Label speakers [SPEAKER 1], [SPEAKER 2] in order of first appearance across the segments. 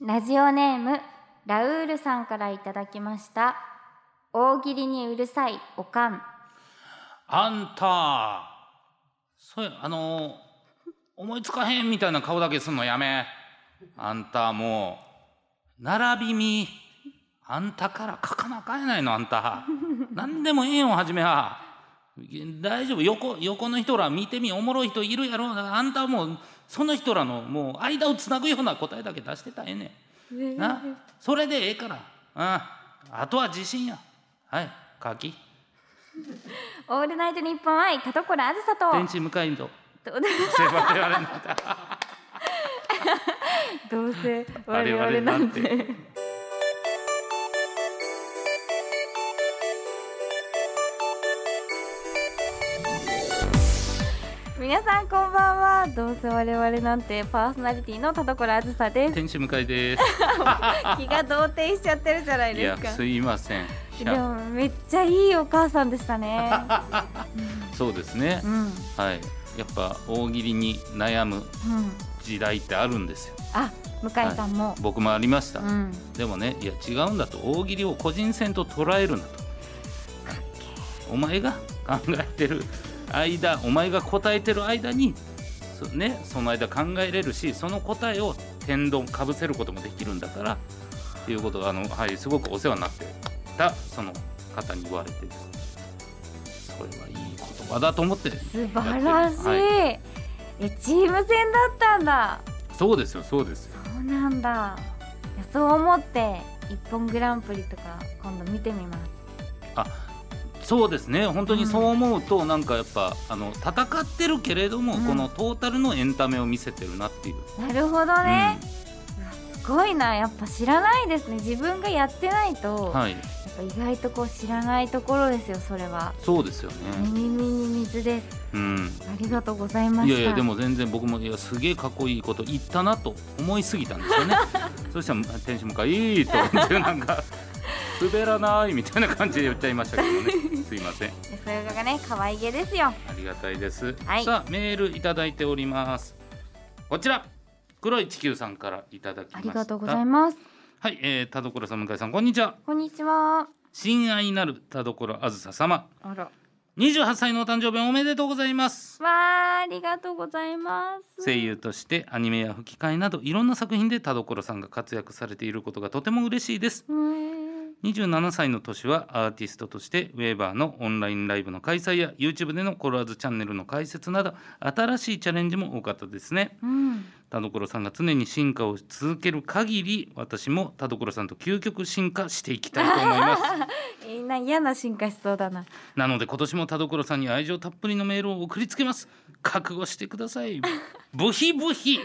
[SPEAKER 1] ラジオネームラウールさんからいただきました大喜利にうるさいおかん
[SPEAKER 2] あんたそうやあの思いつかへんみたいな顔だけすんのやめあんたもう並び見あんたから書かなあかんやないのあんた何でもええよ初めはい大丈夫横横の人ら見てみおもろい人いるやろあんたはもうその人らのもう間をつなぐような答えだけ出してたらええねんなそれでええからああとは自信やはい書き
[SPEAKER 1] オールナイトニッポン愛田所あずさ
[SPEAKER 2] 天
[SPEAKER 1] と
[SPEAKER 2] 地向かいんと
[SPEAKER 1] ど
[SPEAKER 2] せばれられんのだ
[SPEAKER 1] どうせ我
[SPEAKER 2] 我
[SPEAKER 1] 々
[SPEAKER 2] 々
[SPEAKER 1] な
[SPEAKER 2] なんん
[SPEAKER 1] て
[SPEAKER 2] て
[SPEAKER 1] 皆さんこんばんはどうせ我々なんてパーソナリティの田所あずさ です
[SPEAKER 2] 天使向かいです。
[SPEAKER 1] 気が動転しちゃってるじゃない
[SPEAKER 2] い
[SPEAKER 1] で
[SPEAKER 2] や
[SPEAKER 1] す、か
[SPEAKER 2] すいません。い
[SPEAKER 1] で
[SPEAKER 2] や
[SPEAKER 1] もめっちゃいいお母さんでしたね
[SPEAKER 2] そうですね
[SPEAKER 1] う。んうん
[SPEAKER 2] はい。やっぱ大喜利に悩む時代ってあるんですよ。
[SPEAKER 1] あ向井さんも、
[SPEAKER 2] 僕もありました。
[SPEAKER 1] うん
[SPEAKER 2] でもね、いや違うんだと大喜利を個人戦と捉えるなと。お前が考えてる間、お前が答えてる間に。そね、その間考えれるしその答えを天丼かぶせることもできるんだからっていうことがあの、はい、すごくお世話になってたその方に言われてですそれはいい言葉だと思って
[SPEAKER 1] 素晴らしい、
[SPEAKER 2] は
[SPEAKER 1] えチーム戦だったんだ
[SPEAKER 2] そうですよそうですよ
[SPEAKER 1] そうなんだいやそう思って一本グランプリとか今度見てみます
[SPEAKER 2] そうですね本当にそう思うとなんかやっぱあの戦ってるけれども、
[SPEAKER 1] うん
[SPEAKER 2] このトータルのエンタメを見せてるなっていう、
[SPEAKER 1] なるほどね、すごいなやっぱ知らないですね自分がやってないと、
[SPEAKER 2] うんはい
[SPEAKER 1] やっぱ意外とこう知らないところですよそれは、
[SPEAKER 2] そうですよね、
[SPEAKER 1] 耳に水です
[SPEAKER 2] うん
[SPEAKER 1] ありがとうございまし
[SPEAKER 2] い
[SPEAKER 1] た
[SPEAKER 2] やいやでも全然僕もいやすげえかっこいいこと言ったなと思いすぎたんです よねそしたら天使向かいいと思ってなんか 滑らないみたいな感じで言っちゃいましたけ どねすいません
[SPEAKER 1] それがね可愛げですよ
[SPEAKER 2] ありがたいです。
[SPEAKER 1] はい
[SPEAKER 2] さあメールいただいております。こちら黒い地球さんからいただきました。
[SPEAKER 1] ありがとうござい
[SPEAKER 2] す。
[SPEAKER 1] ます
[SPEAKER 2] はい、えー、田所さん向井さんこんにちは。
[SPEAKER 1] こんにちは
[SPEAKER 2] 親愛なる田所あずさ様。
[SPEAKER 1] あらわ
[SPEAKER 2] 28歳のお誕生日おめでとうございます。
[SPEAKER 1] あありがとうございます
[SPEAKER 2] 声優としてアニメや吹き替えなどいろんな作品で田所さんが活躍されていることがとても嬉しいです。
[SPEAKER 1] うーん
[SPEAKER 2] 27歳の年はアーティストとしてウェーバーのオンラインライブの開催や YouTube でのコロワーズチャンネルの開設など新しいチャレンジも多かったですね。
[SPEAKER 1] うん
[SPEAKER 2] 田所さんが常に進化を続ける限り私も田所さんと究極進化していきたいと思います
[SPEAKER 1] みんな嫌な進化しそうだな
[SPEAKER 2] なので今年も田所さんに愛情たっぷりのメールを送りつけます覚悟してくださいブヒブヒ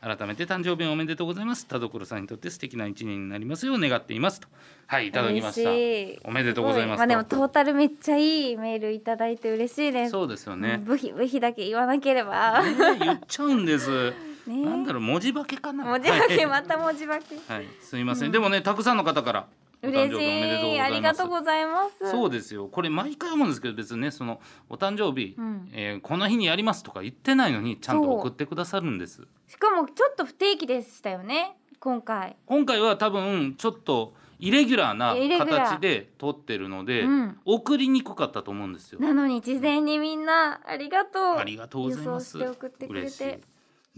[SPEAKER 2] 改めて誕生日おめでとうございます田所さんにとって素敵な一年になりますよう願っていますとはいいただきました
[SPEAKER 1] 嬉しい
[SPEAKER 2] おめでとうございます
[SPEAKER 1] あでもトータルめっちゃいいメールいただいて嬉しいです
[SPEAKER 2] そうですよね
[SPEAKER 1] ブヒブヒだけ言わなければ
[SPEAKER 2] ね言っちゃうんです、
[SPEAKER 1] ね
[SPEAKER 2] なんだろう文字化けかな
[SPEAKER 1] 文字化け
[SPEAKER 2] はい
[SPEAKER 1] また文字化け
[SPEAKER 2] はい、すいません、でもねたくさんの方からお誕
[SPEAKER 1] 嬉
[SPEAKER 2] 生日お
[SPEAKER 1] し
[SPEAKER 2] めでとうご
[SPEAKER 1] い
[SPEAKER 2] ざ
[SPEAKER 1] あ
[SPEAKER 2] い
[SPEAKER 1] り
[SPEAKER 2] ま
[SPEAKER 1] が
[SPEAKER 2] す
[SPEAKER 1] とうございます
[SPEAKER 2] そう
[SPEAKER 1] で
[SPEAKER 2] ですよこれ毎回思うんですけど別にねそのお誕生日、
[SPEAKER 1] うん
[SPEAKER 2] えーこの日にやりますとか言ってないのにちゃん
[SPEAKER 1] そ
[SPEAKER 2] と
[SPEAKER 1] う
[SPEAKER 2] 送ってくださるんです
[SPEAKER 1] しかもちょっと不定期でしたよね今回
[SPEAKER 2] 今回は多分ちょっとイレギュラーな
[SPEAKER 1] イレギュラー
[SPEAKER 2] 形で撮ってるので、
[SPEAKER 1] うん
[SPEAKER 2] 送りにくかったと思うんですよ
[SPEAKER 1] なのに事前にみんなありがとう
[SPEAKER 2] ありがとうございます
[SPEAKER 1] 予想して送ってくれ
[SPEAKER 2] 嬉
[SPEAKER 1] て
[SPEAKER 2] し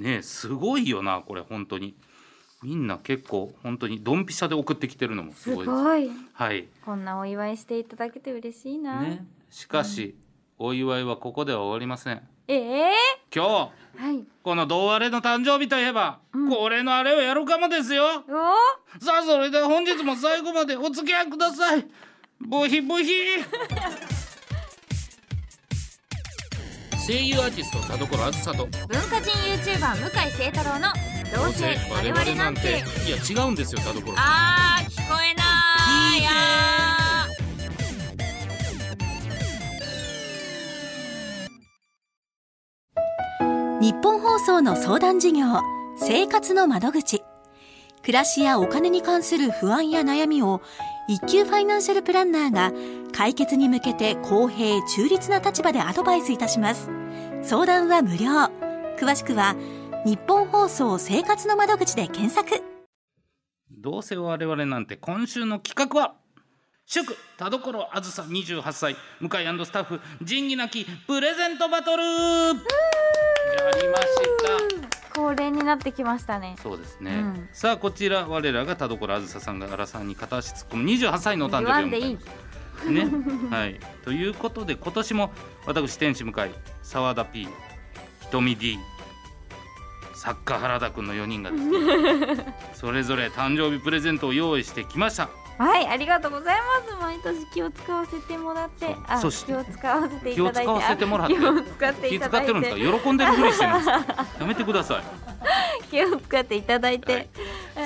[SPEAKER 2] いねえすごいよなこれ本当にみんな結構本当にドンピシャで送ってきてるのもす
[SPEAKER 1] す
[SPEAKER 2] ごいです
[SPEAKER 1] ごい
[SPEAKER 2] はい
[SPEAKER 1] こんなお祝いしていただけて嬉しいな、
[SPEAKER 2] ね、しかし、お祝いはここでは終わりません
[SPEAKER 1] ええ
[SPEAKER 2] 今日
[SPEAKER 1] はい
[SPEAKER 2] この同割れの誕生日といえば、これのあれをやるかもですよ
[SPEAKER 1] お
[SPEAKER 2] さあそれでは本日も最後までお付き合いくださいブヒブヒ声優アーティスト田所あずさと
[SPEAKER 1] 文化人 YouTuber 向井聖太郎の「どうせ我々なんて
[SPEAKER 2] いや違うんですよ田所」
[SPEAKER 1] あー聞こえないや
[SPEAKER 3] 日本放送の相談事業生活の窓口暮らしやお金に関する不安や悩みを一級ファイナンシャルプランナーが解決に向けて公平中立な立場でアドバイスいたします相談は無料詳しくは日本放送生活の窓口で検索
[SPEAKER 2] どうせ我々なんて今週の企画は祝田所あずさ28歳向井スタッフ仁義なきプレゼントバトルやりました
[SPEAKER 1] 恒例になってきましたね
[SPEAKER 2] そうですね、
[SPEAKER 1] うん
[SPEAKER 2] さあこちら我らが田所あずささんが荒さんに片足突っ込む28歳のお誕
[SPEAKER 1] 言
[SPEAKER 2] 生
[SPEAKER 1] わ
[SPEAKER 2] 日を
[SPEAKER 1] ん
[SPEAKER 2] 迎
[SPEAKER 1] で
[SPEAKER 2] え
[SPEAKER 1] いい
[SPEAKER 2] ね、 はい、ということで今年も私天使向井澤田 P 瞳 D 作家原田君の4人がですね それぞれ誕生日プレゼントを用意してきました
[SPEAKER 1] はいありがとうございます毎年気を使わせてもらって
[SPEAKER 2] そう
[SPEAKER 1] あ
[SPEAKER 2] そして
[SPEAKER 1] 気を使わせていただいて
[SPEAKER 2] 気を使わせてもらって
[SPEAKER 1] あ気を使って
[SPEAKER 2] 気
[SPEAKER 1] い
[SPEAKER 2] 遣
[SPEAKER 1] た
[SPEAKER 2] っ
[SPEAKER 1] だい
[SPEAKER 2] てるんですか喜んでるふりしてるん ですかやめてください
[SPEAKER 1] 気を使っていただいて、
[SPEAKER 2] は
[SPEAKER 1] は
[SPEAKER 2] い
[SPEAKER 1] い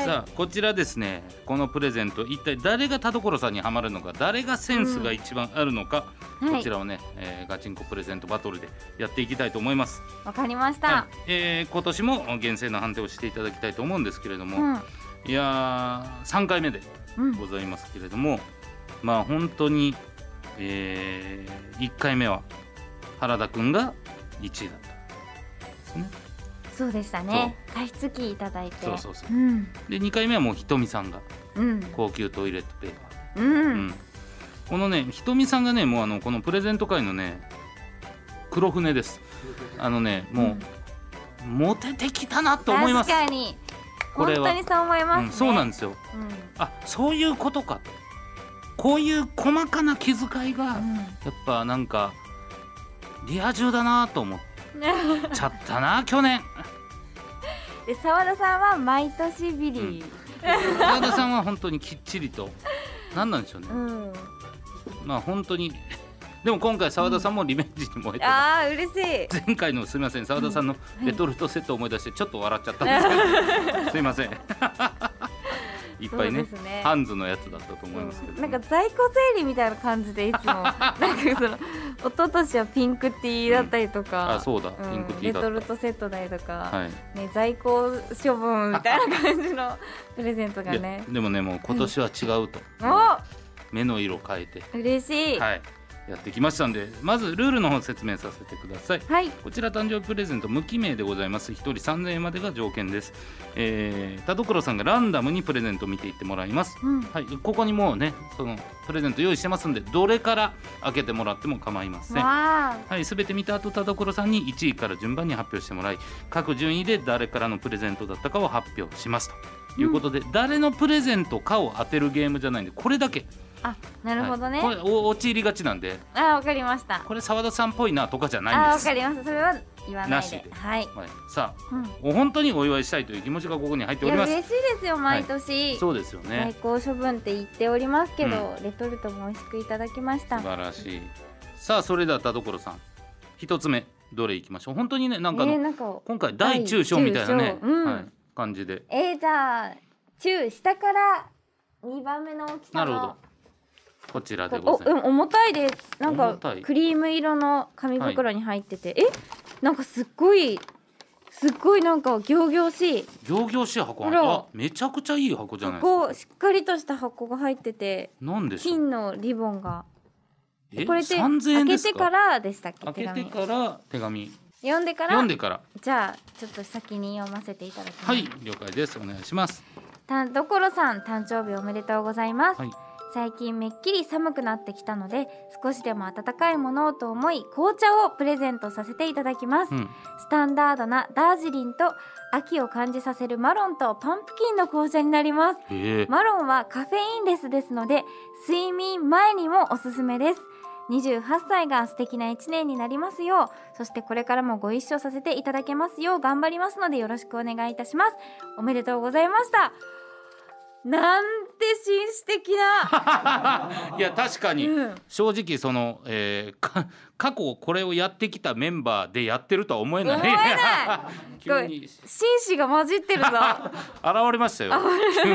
[SPEAKER 2] さあこちらですねこのプレゼント一体誰が田所さんにはまるのか誰がセンスが一番あるのか、
[SPEAKER 1] うんはい
[SPEAKER 2] こちらをね、えーガチンコプレゼントバトルでやっていきたいと思います、
[SPEAKER 1] わかりました、
[SPEAKER 2] はいえー今年も厳正な判定をしていただきたいと思うんですけれども、いやー3回目で
[SPEAKER 1] うん、うん
[SPEAKER 2] ございますけれども、まあ本当に、え1回目は原田くんが1位だったですね
[SPEAKER 1] そうでしたね加湿器いただいて
[SPEAKER 2] そうそうそ
[SPEAKER 1] う
[SPEAKER 2] う
[SPEAKER 1] ん
[SPEAKER 2] で2回目はもうひとみさんが
[SPEAKER 1] うん
[SPEAKER 2] 高級トイレットペーパー
[SPEAKER 1] う
[SPEAKER 2] うんんこのねひとみさんがねもうあのこのプレゼント会のね黒船ですあのねもう、モテてきたなと思います
[SPEAKER 1] 確かに
[SPEAKER 2] こ
[SPEAKER 1] 本
[SPEAKER 2] れは
[SPEAKER 1] 当にそう思いますね、
[SPEAKER 2] うん、そうなん
[SPEAKER 1] で
[SPEAKER 2] ですよ
[SPEAKER 1] す、うん
[SPEAKER 2] あそういうことかとこういう細かな気遣いが、やっぱなんかリア充だなと思っ
[SPEAKER 1] うん
[SPEAKER 2] ちゃったな去年
[SPEAKER 1] で澤田さんは毎年ビリ
[SPEAKER 2] 澤田さんは本当にきっちりと何なんでしょうね
[SPEAKER 1] ー、うん
[SPEAKER 2] まあ本当にでも今回澤田さんもリベンジに燃えてる
[SPEAKER 1] ああ嬉しい
[SPEAKER 2] 前回のすみません澤田さんの
[SPEAKER 1] い
[SPEAKER 2] レトルトセットを思い出してちょっと笑っちゃったんです けどすみませんいっぱいね
[SPEAKER 1] そうですね
[SPEAKER 2] ハンズのやつだったと思いますけど、
[SPEAKER 1] なんか在庫整理みたいな感じ でいつもなんかその一昨年はピンクティーだったりとか、
[SPEAKER 2] あそうだ、
[SPEAKER 1] うん
[SPEAKER 2] ピンクティーだ
[SPEAKER 1] レトル
[SPEAKER 2] っ
[SPEAKER 1] トセットだりとか、
[SPEAKER 2] た、はい
[SPEAKER 1] ね、在庫処分みたいな感じ のプレゼントが
[SPEAKER 2] で
[SPEAKER 1] ね
[SPEAKER 2] でもねもう今年は違うと、
[SPEAKER 1] お
[SPEAKER 2] 目の色変えて、
[SPEAKER 1] 嬉しい
[SPEAKER 2] はい、やってきましたんでまずルールの方説明させてください
[SPEAKER 1] はい
[SPEAKER 2] こちら誕生日プレゼント無記名でございます1人3000円までが条件です、えー、田所さんがランダムにプレゼントを見ていってもらいます
[SPEAKER 1] うん
[SPEAKER 2] はい、ここにもうねそのプレゼント用意してますんでどれから開けてもらっても構いません。
[SPEAKER 1] わあ
[SPEAKER 2] はい、全て見た後田所さんに1位から順番に発表してもらい各順位で誰からのプレゼントだったかを発表しますということで、誰のプレゼントかを当てるゲームじゃないんでこれだけ
[SPEAKER 1] あなるほどね、
[SPEAKER 2] はいこれお陥りがちなんで
[SPEAKER 1] あわかりました
[SPEAKER 2] これ澤田さんっぽいなとかじゃない
[SPEAKER 1] あ
[SPEAKER 2] ん
[SPEAKER 1] わ
[SPEAKER 2] です。
[SPEAKER 1] かりましたそれは言わな
[SPEAKER 2] ないし
[SPEAKER 1] で
[SPEAKER 2] で
[SPEAKER 1] はい、
[SPEAKER 2] はい、さあ
[SPEAKER 1] うん、
[SPEAKER 2] お本当にお祝いしたいという気持ちがここに入って
[SPEAKER 1] い
[SPEAKER 2] おり
[SPEAKER 1] や
[SPEAKER 2] ます。
[SPEAKER 1] 嬉しいですよ毎年、
[SPEAKER 2] そうですよね
[SPEAKER 1] 在庫処分って言っておりますけど、レトルトも美味しくいただきました
[SPEAKER 2] 素晴らしいさあそれでは田所さん一つ目どれいきましょう本当にねなんかあの、
[SPEAKER 1] えー、なんか
[SPEAKER 2] 今回大中小みたいなね
[SPEAKER 1] 大中、小うん
[SPEAKER 2] はい、感じで
[SPEAKER 1] えー、じゃあ中下から二番目の大きさ
[SPEAKER 2] な
[SPEAKER 1] の
[SPEAKER 2] るほどこちらで
[SPEAKER 1] お
[SPEAKER 2] ござい
[SPEAKER 1] うん
[SPEAKER 2] ます
[SPEAKER 1] 重たいですなん
[SPEAKER 2] 重
[SPEAKER 1] か
[SPEAKER 2] たい
[SPEAKER 1] クリーム色の紙袋に入ってて、えなんかすっごいすっごいなんか仰々しい
[SPEAKER 2] 行々しい箱
[SPEAKER 1] ほら
[SPEAKER 2] あめちゃくちゃいい箱じゃないですか
[SPEAKER 1] 箱しっかりとした箱が入ってて
[SPEAKER 2] なんでしょう
[SPEAKER 1] 金のリボンが
[SPEAKER 2] え
[SPEAKER 1] これで
[SPEAKER 2] 3000
[SPEAKER 1] 開
[SPEAKER 2] 円
[SPEAKER 1] け
[SPEAKER 2] です
[SPEAKER 1] て
[SPEAKER 2] か
[SPEAKER 1] からでしたっけ手
[SPEAKER 2] 開
[SPEAKER 1] 紙
[SPEAKER 2] けてから手紙
[SPEAKER 1] 読んでから
[SPEAKER 2] 読んでから
[SPEAKER 1] じゃあちょっと先に読ませていただきます
[SPEAKER 2] はい了解ですお願いします
[SPEAKER 1] たどころさん誕生日おめでとうございます、
[SPEAKER 2] はい
[SPEAKER 1] 最近めっきり寒くなってきたので少しでも温かいものをと思い紅茶をプレゼントさせていただきます、
[SPEAKER 2] うん
[SPEAKER 1] スタンダードなダージリンと秋を感じさせるマロンとパンプキンの紅茶になります
[SPEAKER 2] ええ
[SPEAKER 1] マロンはカフェインレスですので睡眠前にもおすすめです28歳が素敵な一年になりますようそしてこれからもご一緒させていただけますよう頑張りますのでよろしくお願いいたしますおめでとうございましたなんて紳士的な、
[SPEAKER 2] いや確かに、
[SPEAKER 1] うん
[SPEAKER 2] 正直その、えーか過去これをやってきたメンバーでやってるとは思えない
[SPEAKER 1] 思えな
[SPEAKER 2] 急に現
[SPEAKER 1] 紳士が混じってるぞ
[SPEAKER 2] れましたよ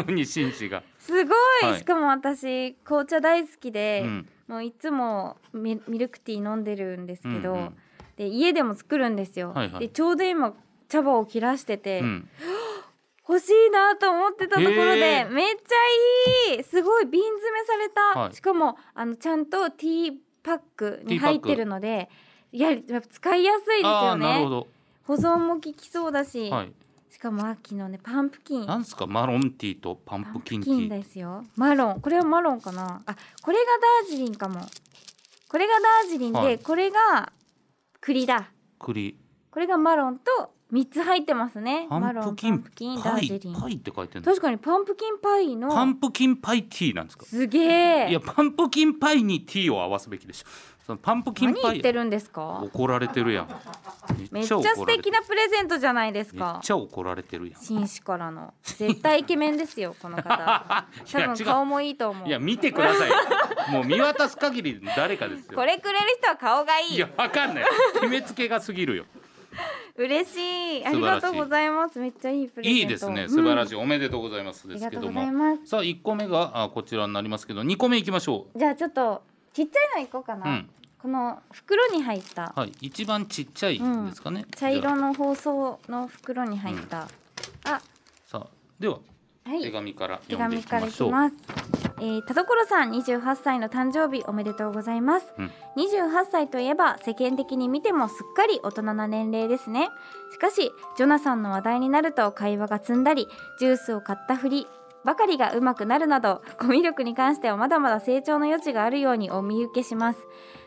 [SPEAKER 2] 急に紳士が、
[SPEAKER 1] すごい、
[SPEAKER 2] はい
[SPEAKER 1] しかも私紅茶大好きで、
[SPEAKER 2] うん
[SPEAKER 1] もういつもミミルクティー飲んでるんですけど、
[SPEAKER 2] うんうん
[SPEAKER 1] で家でも作るんですよ、
[SPEAKER 2] はいはい
[SPEAKER 1] でちょうど今茶葉を切らしてて、
[SPEAKER 2] うん、
[SPEAKER 1] 欲しいなと思ってたところ
[SPEAKER 2] へ
[SPEAKER 1] で
[SPEAKER 2] ー
[SPEAKER 1] めっちゃいいすごい瓶詰めされた、
[SPEAKER 2] はい
[SPEAKER 1] しかもあのちゃんとティーパックに入ってるのでやはりやっぱ使いやすいです
[SPEAKER 2] ああ
[SPEAKER 1] よ
[SPEAKER 2] ーなるほ
[SPEAKER 1] ね
[SPEAKER 2] ど
[SPEAKER 1] 保存も効きそうだし、
[SPEAKER 2] はい。
[SPEAKER 1] しかも秋のねパンプキン
[SPEAKER 2] なんですかマロンティーとパンプキンティー。
[SPEAKER 1] ですよマロンこれはマロンかなあこれがダージリンかもこれがダージリンで、
[SPEAKER 2] はい
[SPEAKER 1] これが栗だ
[SPEAKER 2] 栗。
[SPEAKER 1] これがマロンと三つ入ってますね
[SPEAKER 2] パ
[SPEAKER 1] マ
[SPEAKER 2] ン
[SPEAKER 1] ロ
[SPEAKER 2] プ
[SPEAKER 1] ン
[SPEAKER 2] キ
[SPEAKER 1] パ
[SPEAKER 2] ン
[SPEAKER 1] ンプキンダ
[SPEAKER 2] パ
[SPEAKER 1] ージ
[SPEAKER 2] イ
[SPEAKER 1] リ
[SPEAKER 2] パ
[SPEAKER 1] ン
[SPEAKER 2] イって書いてるの。
[SPEAKER 1] 確かにパンプキンパイ
[SPEAKER 2] パ
[SPEAKER 1] の
[SPEAKER 2] ンプキンパイティーなんですか。
[SPEAKER 1] すげ
[SPEAKER 2] いや
[SPEAKER 1] え
[SPEAKER 2] パンプキンパイにティーを合わすべきでしょ。そのパンプキン
[SPEAKER 1] 何
[SPEAKER 2] パ
[SPEAKER 1] 言
[SPEAKER 2] イ
[SPEAKER 1] ってるんですか
[SPEAKER 2] 怒られてるやん。め
[SPEAKER 1] め
[SPEAKER 2] っ
[SPEAKER 1] っ
[SPEAKER 2] ち
[SPEAKER 1] ち
[SPEAKER 2] ゃ
[SPEAKER 1] ゃ
[SPEAKER 2] 怒
[SPEAKER 1] 素
[SPEAKER 2] られて
[SPEAKER 1] 敵
[SPEAKER 2] る。
[SPEAKER 1] なプレゼントじゃないです
[SPEAKER 2] めっ
[SPEAKER 1] か
[SPEAKER 2] ちゃ怒られてるやん。
[SPEAKER 1] 紳士からの絶対イケメンですよこの方多
[SPEAKER 2] いや
[SPEAKER 1] 分
[SPEAKER 2] 違う
[SPEAKER 1] 顔もいいと思う
[SPEAKER 2] いや見てくださいよ。もう見渡す限り誰かですよ。
[SPEAKER 1] これくれる人は顔がいい
[SPEAKER 2] いやわかんない。決めつけがすぎるよ。
[SPEAKER 1] 嬉しいあ
[SPEAKER 2] 素
[SPEAKER 1] り
[SPEAKER 2] 晴ら
[SPEAKER 1] が
[SPEAKER 2] しい
[SPEAKER 1] とうございますめっちゃいいプレゼント
[SPEAKER 2] いいですね。素晴ら
[SPEAKER 1] い、
[SPEAKER 2] しい。おめでとうございます
[SPEAKER 1] うんあり
[SPEAKER 2] です
[SPEAKER 1] が
[SPEAKER 2] け
[SPEAKER 1] とうご
[SPEAKER 2] ど
[SPEAKER 1] ざい
[SPEAKER 2] も。
[SPEAKER 1] ます
[SPEAKER 2] さあ一個目があこちらになりますけど、二個目いきましょ
[SPEAKER 1] じゃあちょっとちっちゃいのいこうか
[SPEAKER 2] う。う
[SPEAKER 1] な、
[SPEAKER 2] ん。
[SPEAKER 1] この袋に入った
[SPEAKER 2] はい。一番ちっちゃいんですかね。
[SPEAKER 1] 茶
[SPEAKER 2] じゃあ
[SPEAKER 1] 色の包装の袋に入った、あ
[SPEAKER 2] さあでは
[SPEAKER 1] はい
[SPEAKER 2] 手紙から
[SPEAKER 1] 手
[SPEAKER 2] 読んで
[SPEAKER 1] 紙
[SPEAKER 2] いき
[SPEAKER 1] から
[SPEAKER 2] ま
[SPEAKER 1] い
[SPEAKER 2] し
[SPEAKER 1] き
[SPEAKER 2] ょう。
[SPEAKER 1] ます。えー、田所さん28歳の誕生日おめでとうございます、
[SPEAKER 2] うん
[SPEAKER 1] 28歳といえば世間的に見てもすっかり大人な年齢ですねしかしジョナさんの話題になると会話が積んだりジュースを買ったふりばかりがうまくなるなどコミュ力に関してはまだまだ成長の余地があるようにお見受けします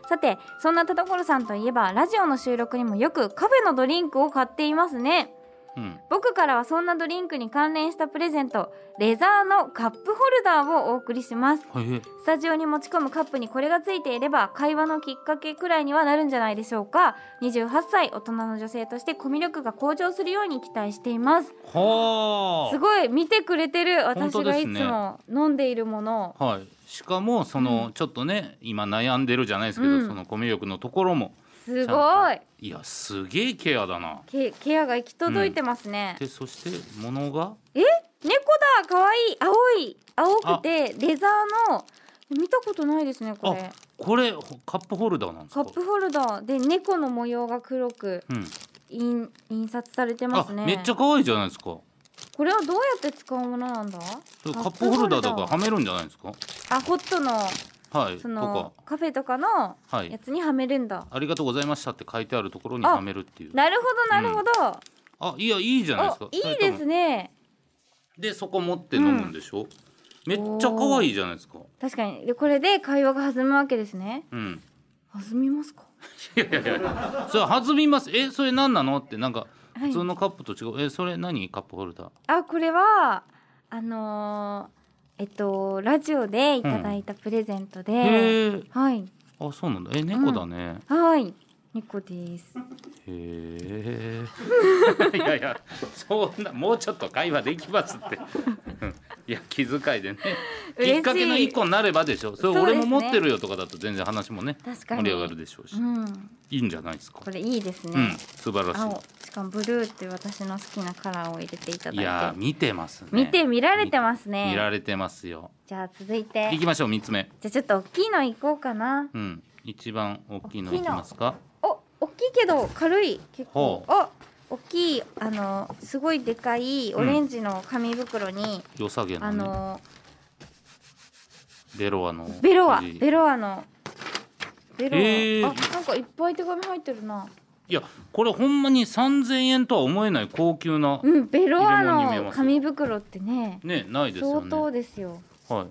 [SPEAKER 1] さてそんな田所さんといえばラジオの収録にもよくカフェのドリンクを買っていますね
[SPEAKER 2] うん。
[SPEAKER 1] 僕からはそんなドリンクに関連したプレゼントレザーのカップホルダーをお送りします
[SPEAKER 2] はい。
[SPEAKER 1] スタジオに持ち込むカップにこれがついていれば会話のきっかけくらいにはなるんじゃないでしょうか28歳大人の女性としてコミュ力が向上するように期待しています
[SPEAKER 2] はあ。
[SPEAKER 1] すごい見てくれてる
[SPEAKER 2] 本
[SPEAKER 1] 私
[SPEAKER 2] 当で
[SPEAKER 1] がいつ
[SPEAKER 2] すね
[SPEAKER 1] も飲んでいるもの
[SPEAKER 2] はい、しかもその、ちょっとね今悩んでるじゃないですけど、
[SPEAKER 1] うん
[SPEAKER 2] そのコミュ力のところも
[SPEAKER 1] す
[SPEAKER 2] ちゃ
[SPEAKER 1] ごい
[SPEAKER 2] いやすげえケアだな。
[SPEAKER 1] ケケアが行き届いてますね、
[SPEAKER 2] でそして物が
[SPEAKER 1] 猫だ可愛い青い青くてレザーの見たことないですねこれ
[SPEAKER 2] あこれカップホルダーなんです
[SPEAKER 1] カ
[SPEAKER 2] か
[SPEAKER 1] ップホルダーで猫の模様が黒く
[SPEAKER 2] うん、
[SPEAKER 1] 印印刷されてま
[SPEAKER 2] あ
[SPEAKER 1] すね
[SPEAKER 2] めっちゃ可愛いじゃないですか
[SPEAKER 1] これはどうやって使うものなんだカ
[SPEAKER 2] それカップホルダーとかは
[SPEAKER 1] ー
[SPEAKER 2] めるんじゃないですか
[SPEAKER 1] あホットの
[SPEAKER 2] はい
[SPEAKER 1] そ
[SPEAKER 2] と
[SPEAKER 1] のカ
[SPEAKER 2] か
[SPEAKER 1] フェとかの
[SPEAKER 2] は
[SPEAKER 1] や
[SPEAKER 2] い
[SPEAKER 1] つにはめるんだ
[SPEAKER 2] ありがとうございましたって書いてあるところに
[SPEAKER 1] あ
[SPEAKER 2] はめるっていう
[SPEAKER 1] なるほどなるほど、
[SPEAKER 2] あいやいいじゃないですか
[SPEAKER 1] おいいです
[SPEAKER 2] ね
[SPEAKER 1] ね
[SPEAKER 2] でそこ持って飲むんでしょ、めっちゃ可愛いじゃないですか
[SPEAKER 1] 確かにでこれで会話が弾むわけですね
[SPEAKER 2] うん
[SPEAKER 1] 弾みますか
[SPEAKER 2] いやいやいやそれ弾みますえそれ何なのってなんか
[SPEAKER 1] はい
[SPEAKER 2] 普通のカップと違う、えそれ何カップホルダー
[SPEAKER 1] あこれはあのーえっとラジオでいただいたプレゼントで、
[SPEAKER 2] へえ
[SPEAKER 1] はい
[SPEAKER 2] あそうなんだえ猫だね、
[SPEAKER 1] はい猫です
[SPEAKER 2] へえいやいやそんなもうちょっと会話できますってうんいや気遣いでねき
[SPEAKER 1] 嬉しい
[SPEAKER 2] っかけの一個になればでしょそれ
[SPEAKER 1] そうで
[SPEAKER 2] 俺
[SPEAKER 1] す
[SPEAKER 2] も
[SPEAKER 1] ね
[SPEAKER 2] 持ってるよとかだと全然話もね
[SPEAKER 1] 確かに
[SPEAKER 2] 盛り上がるでしょうし、
[SPEAKER 1] うん
[SPEAKER 2] いいんじゃないですか
[SPEAKER 1] これいいですね、
[SPEAKER 2] うん素晴らし
[SPEAKER 1] 青しかもブルーって私の好きなカラーを入れていた
[SPEAKER 2] いい
[SPEAKER 1] だ
[SPEAKER 2] や
[SPEAKER 1] い
[SPEAKER 2] ー
[SPEAKER 1] て
[SPEAKER 2] 見てますね
[SPEAKER 1] 見て見られてます
[SPEAKER 2] 見ら
[SPEAKER 1] ね
[SPEAKER 2] れてますよ
[SPEAKER 1] じゃあ続いて
[SPEAKER 2] 行
[SPEAKER 1] じ
[SPEAKER 2] きましょう三つ目
[SPEAKER 1] ゃあちょっと大きいのいこうかな
[SPEAKER 2] うん、一番大きいのいきますか。
[SPEAKER 1] お大きいけど軽い結構
[SPEAKER 2] ほう
[SPEAKER 1] あ大きいあのすごいでかいオレンジの紙袋に、
[SPEAKER 2] 良さげ
[SPEAKER 1] あ
[SPEAKER 2] な、ね、
[SPEAKER 1] の
[SPEAKER 2] ベロアの。
[SPEAKER 1] ベロア
[SPEAKER 2] い
[SPEAKER 1] ベロアのベロア、
[SPEAKER 2] えー
[SPEAKER 1] あなんかいっぱい手紙入ってるな
[SPEAKER 2] や、これほんまに三千円とは思えない高級な、
[SPEAKER 1] うんベロア
[SPEAKER 2] 入れ物に見えま
[SPEAKER 1] の
[SPEAKER 2] す
[SPEAKER 1] 紙袋ってね
[SPEAKER 2] ね、ないですよ
[SPEAKER 1] 相当
[SPEAKER 2] ね。
[SPEAKER 1] ですよ
[SPEAKER 2] はい。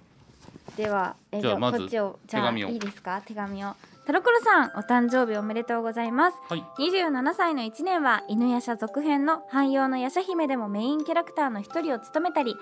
[SPEAKER 1] では、えー
[SPEAKER 2] じゃあ
[SPEAKER 1] と
[SPEAKER 2] まず
[SPEAKER 1] こっちをじゃあい
[SPEAKER 2] 手紙を
[SPEAKER 1] いですか手紙をタロコロさんお誕生日おめでとうございます
[SPEAKER 2] はい。
[SPEAKER 1] 27歳の1年は犬やしゃ続編の汎用のやしゃ姫でもメインキャラクターの一人を務めたり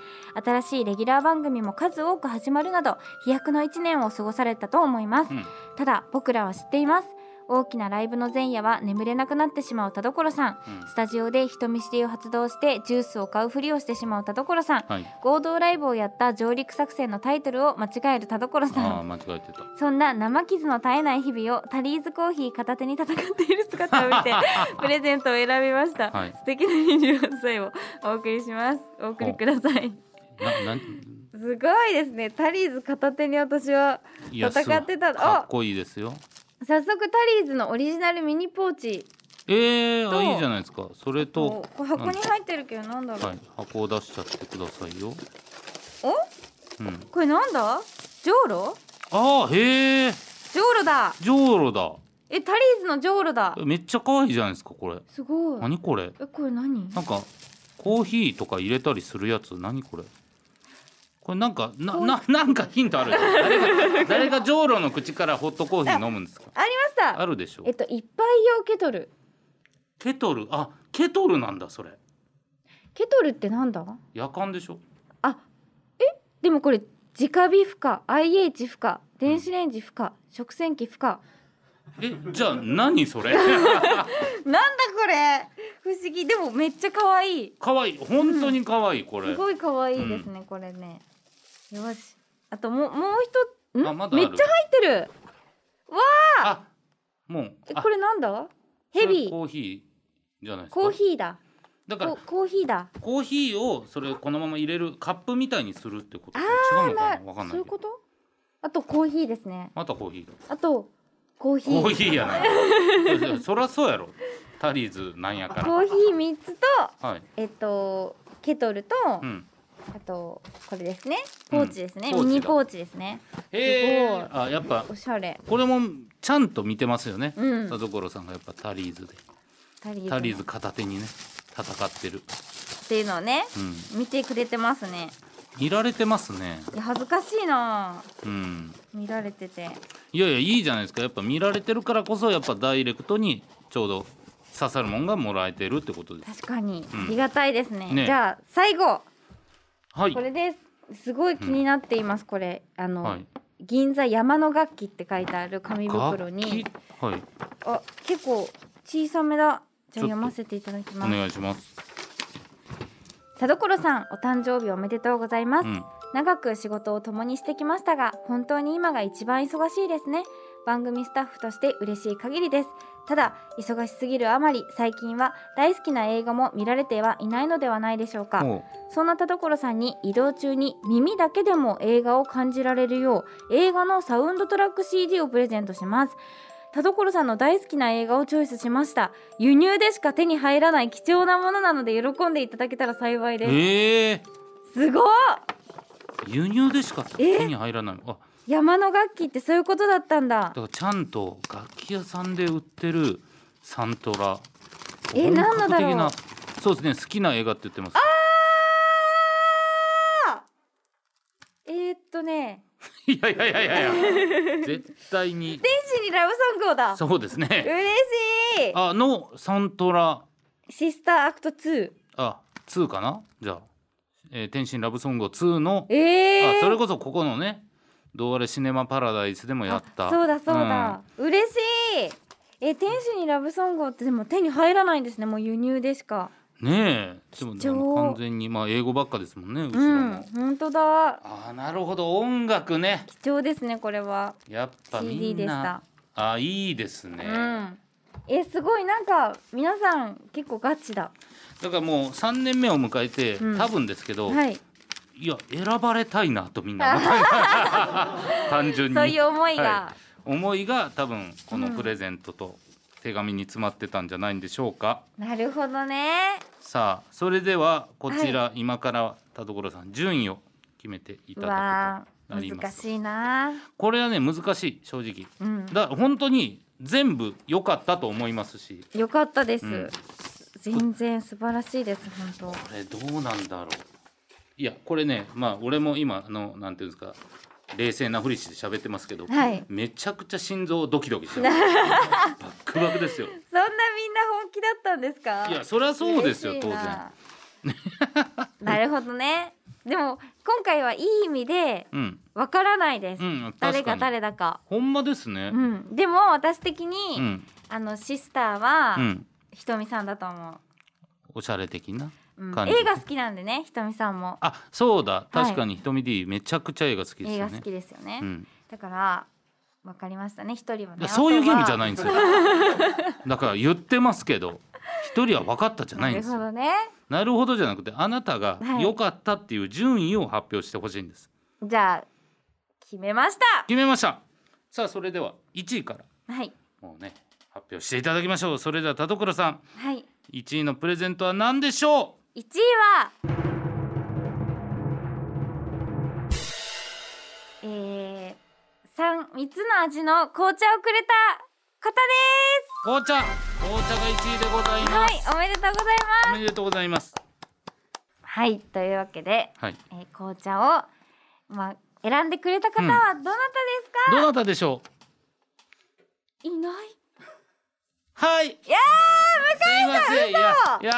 [SPEAKER 1] 新しいレギュラー番組も数多く始まるなど飛躍の1年を過ごされたと思います
[SPEAKER 2] うん。
[SPEAKER 1] ただ僕らは知っています大きなライブの前夜は眠れなくなってしまう田所さん
[SPEAKER 2] うん
[SPEAKER 1] スタジオで人見知りを発動してジュースを買うふりをしてしまう田所さん
[SPEAKER 2] はい。
[SPEAKER 1] 合同ライブをやった上陸作戦のタイトルを間違える田所さ
[SPEAKER 2] ああ、
[SPEAKER 1] ん
[SPEAKER 2] 間違えてた。
[SPEAKER 1] そんな生傷の絶えない日々をタリーズコーヒー片手に戦っている姿を見 てプレゼントを選びました、
[SPEAKER 2] はい
[SPEAKER 1] 素敵な28歳をお送りしますお送りください
[SPEAKER 2] な、な、
[SPEAKER 1] すごいですねタリーズ片手に私はい
[SPEAKER 2] や、
[SPEAKER 1] 戦ってた
[SPEAKER 2] すごいかっこいいですよ。
[SPEAKER 1] 早速タリーズのオリジナルミニポーチ
[SPEAKER 2] ええー、
[SPEAKER 1] と
[SPEAKER 2] あ、いいじゃないですか。それ
[SPEAKER 1] お
[SPEAKER 2] と
[SPEAKER 1] こ。れ箱に入ってるけどなんだろう、
[SPEAKER 2] はい、箱を出しちゃってくださいよ。
[SPEAKER 1] お
[SPEAKER 2] うん。
[SPEAKER 1] これなんだジョウロ
[SPEAKER 2] ああ、へえ、
[SPEAKER 1] ジョウロだ
[SPEAKER 2] じょうろだ。
[SPEAKER 1] ええタリーズのジョーロだ
[SPEAKER 2] めっちゃ可愛いじゃないですかこれ
[SPEAKER 1] すごい
[SPEAKER 2] 何これ
[SPEAKER 1] えこれ何
[SPEAKER 2] なんかコーヒーとか入れたりするやつ何これこれなんかなななんかヒン トある誰が誰がジョーロの口からホットコーヒー飲むんですか
[SPEAKER 1] ありました
[SPEAKER 2] あるでしょ
[SPEAKER 1] えっと一杯用ケトル
[SPEAKER 2] ケトルあケトルなんだそれ
[SPEAKER 1] ケトルってなんだ
[SPEAKER 2] 夜間でしょ
[SPEAKER 1] あえでもこれ直火負荷 IH 負荷電子レンジ負荷食洗機負荷
[SPEAKER 2] えじゃあ何 それ
[SPEAKER 1] なんだこれ不思議でもめっちゃ可愛い
[SPEAKER 2] 可愛い本当に可愛いこれ、
[SPEAKER 1] すごい可愛いですね、これねよしあともうもう一つん、
[SPEAKER 2] あまだあ
[SPEAKER 1] めっ
[SPEAKER 2] る
[SPEAKER 1] ちゃ入ってる
[SPEAKER 2] あもう
[SPEAKER 1] え
[SPEAKER 2] あ
[SPEAKER 1] これなんだ
[SPEAKER 2] それ
[SPEAKER 1] ヘビー
[SPEAKER 2] コーヒーじゃないですか
[SPEAKER 1] コーヒーだ
[SPEAKER 2] だから
[SPEAKER 1] ココーヒーだ
[SPEAKER 2] コーヒーをそれをこのまま入れるカップみたいにするってこと
[SPEAKER 1] あ
[SPEAKER 2] 違うのか
[SPEAKER 1] な
[SPEAKER 2] なわかんな
[SPEAKER 1] そ
[SPEAKER 2] い
[SPEAKER 1] い
[SPEAKER 2] う
[SPEAKER 1] う
[SPEAKER 2] けど
[SPEAKER 1] ことあとコーヒーですね
[SPEAKER 2] またコーヒーだ
[SPEAKER 1] あとコーヒー
[SPEAKER 2] コーヒーやなそりゃそうやろタリーズなんやから
[SPEAKER 1] コーヒー三つと
[SPEAKER 2] はい
[SPEAKER 1] えっとケトルと、
[SPEAKER 2] うん
[SPEAKER 1] あとこれですね
[SPEAKER 2] う
[SPEAKER 1] ポ
[SPEAKER 2] ん
[SPEAKER 1] ーチですね、
[SPEAKER 2] ポーチだ
[SPEAKER 1] ミニポーチですねす
[SPEAKER 2] へえあやっぱ
[SPEAKER 1] おしゃれ
[SPEAKER 2] これもちゃんと見てますよね
[SPEAKER 1] うん
[SPEAKER 2] 田所さんがやっぱタリーズで
[SPEAKER 1] タリーズ
[SPEAKER 2] タリーズ片手にね戦ってる
[SPEAKER 1] っていうのをね
[SPEAKER 2] うん
[SPEAKER 1] 見てくれてますね
[SPEAKER 2] 見られてますね
[SPEAKER 1] いや恥ずかしいな
[SPEAKER 2] うん
[SPEAKER 1] 見られてて
[SPEAKER 2] いやいやいいじゃないですかやっぱ見られてるからこそやっぱダイレクトにちょうど刺さるもんがもらえてるってことです
[SPEAKER 1] 確かに、
[SPEAKER 2] うん
[SPEAKER 1] ありがたいですね
[SPEAKER 2] ね
[SPEAKER 1] じゃあ最後
[SPEAKER 2] はい
[SPEAKER 1] これですすごい気になっています、これあの、
[SPEAKER 2] はい
[SPEAKER 1] 銀座山の楽器って書いてある紙袋に
[SPEAKER 2] 楽器はい
[SPEAKER 1] あ結構小さめだじ
[SPEAKER 2] ち
[SPEAKER 1] ゃ
[SPEAKER 2] ょ
[SPEAKER 1] あ
[SPEAKER 2] っと
[SPEAKER 1] 読ませていただき
[SPEAKER 2] お
[SPEAKER 1] ます
[SPEAKER 2] 願いします
[SPEAKER 1] 田所さんお誕生日おめでとうございます、
[SPEAKER 2] うん
[SPEAKER 1] 長く仕事を共にしてきましたが本当に今が一番忙しいですね番組スタッフとして嬉しい限りですただ忙しすぎるあまり最近は大好きな映画も見られてはいないのではないでしょうか
[SPEAKER 2] おう
[SPEAKER 1] そんな田所さんに移動中に耳だけでも映画を感じられるよう映画のサウンドトラック CD をプレゼントします田所さんの大好きな映画をチョイスしました輸入でしか手に入らない貴重なものなので喜んでいただけたら幸いです
[SPEAKER 2] ええ
[SPEAKER 1] すごっ
[SPEAKER 2] 輸入でしか
[SPEAKER 1] え
[SPEAKER 2] 手に入らないあ
[SPEAKER 1] 山の楽器ってそういうことだったんだ
[SPEAKER 2] だからちゃんと楽器屋さんで売ってるサントラ
[SPEAKER 1] え
[SPEAKER 2] 本格
[SPEAKER 1] 何のだろう
[SPEAKER 2] 的なそうですね好きな映画って言っ てます
[SPEAKER 1] えー、っとね
[SPEAKER 2] いやいやいやいやいや絶 対に
[SPEAKER 1] 天使にラブソングをだ
[SPEAKER 2] そうですね
[SPEAKER 1] 嬉しい
[SPEAKER 2] あのサントラ
[SPEAKER 1] シスターアクト2
[SPEAKER 2] あ2かなじゃあ、えー天心ラブソング2の、
[SPEAKER 1] えー、
[SPEAKER 2] あそれこそここのねドーアレシネマパラダイスでもやった
[SPEAKER 1] あそうだそうだ、嬉しいえ天使にラブソングをってでも手に入らないんですねもう輸入でしか
[SPEAKER 2] うんねえでも
[SPEAKER 1] 貴
[SPEAKER 2] で
[SPEAKER 1] 重
[SPEAKER 2] も完全にまあ英語ばっかですもんねうち
[SPEAKER 1] う
[SPEAKER 2] らも、
[SPEAKER 1] ん本当だ
[SPEAKER 2] ああなるほど音楽ね
[SPEAKER 1] 貴重ですねこれは
[SPEAKER 2] やっぱみんな
[SPEAKER 1] CD でした
[SPEAKER 2] あいいですね、
[SPEAKER 1] うんえすごいなんか皆さん結構ガチだ
[SPEAKER 2] だからもう3年目を迎えて、
[SPEAKER 1] うん
[SPEAKER 2] 多分ですけど、、
[SPEAKER 1] はいい
[SPEAKER 2] や選ばれたいなとみんな 単純に
[SPEAKER 1] そういう思いが、
[SPEAKER 2] は思いが多分この
[SPEAKER 1] うん
[SPEAKER 2] プレゼントと手紙に詰まってたんじゃないんでしょうか、
[SPEAKER 1] なるほどね
[SPEAKER 2] さあそれではこちら、今から田所さん順位を決めていうただ
[SPEAKER 1] わ
[SPEAKER 2] くとなり
[SPEAKER 1] ー
[SPEAKER 2] ま
[SPEAKER 1] 難
[SPEAKER 2] す
[SPEAKER 1] しいな
[SPEAKER 2] これはね難しい正直
[SPEAKER 1] うん
[SPEAKER 2] だから本当に全部良かったと思いますし
[SPEAKER 1] よかったです、
[SPEAKER 2] うん
[SPEAKER 1] 全然素晴らしいです本
[SPEAKER 2] これどうなんだろういやこれねまあ俺も今あのなんていうんですか冷静なふりして喋ってますけど、
[SPEAKER 1] はい
[SPEAKER 2] めちゃくちゃ心臓ドキドキしてま すバックバクですよ
[SPEAKER 1] 当そんなみんな本気だったんですか
[SPEAKER 2] いやそりゃそうですよ
[SPEAKER 1] 嬉し
[SPEAKER 2] 当
[SPEAKER 1] い
[SPEAKER 2] 然
[SPEAKER 1] な なるほどねでも今回はいい意味で
[SPEAKER 2] うん
[SPEAKER 1] わからないです、
[SPEAKER 2] うん確かに
[SPEAKER 1] 誰が誰だか
[SPEAKER 2] ほんまですね
[SPEAKER 1] う、ん、でも私的に、
[SPEAKER 2] うん
[SPEAKER 1] あのシスターは、
[SPEAKER 2] うん、
[SPEAKER 1] ひとみさんだと思
[SPEAKER 2] おしゃれ的な
[SPEAKER 1] う、うん
[SPEAKER 2] 感じ
[SPEAKER 1] 映画好きなんでねひとみさんも
[SPEAKER 2] あそうだ
[SPEAKER 1] い
[SPEAKER 2] 確かにひとみ D めちゃくちゃ映画好きです
[SPEAKER 1] 映
[SPEAKER 2] よ
[SPEAKER 1] 画
[SPEAKER 2] ね
[SPEAKER 1] 好きですよね、
[SPEAKER 2] うん、
[SPEAKER 1] だからわかりましたね一人はいね
[SPEAKER 2] やそういうゲームじゃ
[SPEAKER 1] い
[SPEAKER 2] ないんですよ だから言ってますけど一人は分かったじゃないんです
[SPEAKER 1] なる
[SPEAKER 2] よ
[SPEAKER 1] ほどね
[SPEAKER 2] なるほどじゃなくてあなたが
[SPEAKER 1] はい
[SPEAKER 2] 良かったっていう順位を発表してほしいんです、
[SPEAKER 1] じゃあ決めまし
[SPEAKER 2] 決めましたさあそれでは1位から
[SPEAKER 1] たはい
[SPEAKER 2] もうね発表していただきましょうそれでは田所さん
[SPEAKER 1] はい
[SPEAKER 2] 1位のプレゼントは何でしょ
[SPEAKER 1] 1位はえー、3, つの味の紅茶をくれた
[SPEAKER 2] 紅茶紅茶が1位でござい
[SPEAKER 1] は
[SPEAKER 2] ます、
[SPEAKER 1] い、おめでとうございます。
[SPEAKER 2] おめでとうございます
[SPEAKER 1] はい、というわけで、
[SPEAKER 2] はい
[SPEAKER 1] えー紅茶を、まあ、選んでくれた方はどなたですか、
[SPEAKER 2] どなたでしょう
[SPEAKER 1] いない。
[SPEAKER 2] はいいやー向井さんいませんいや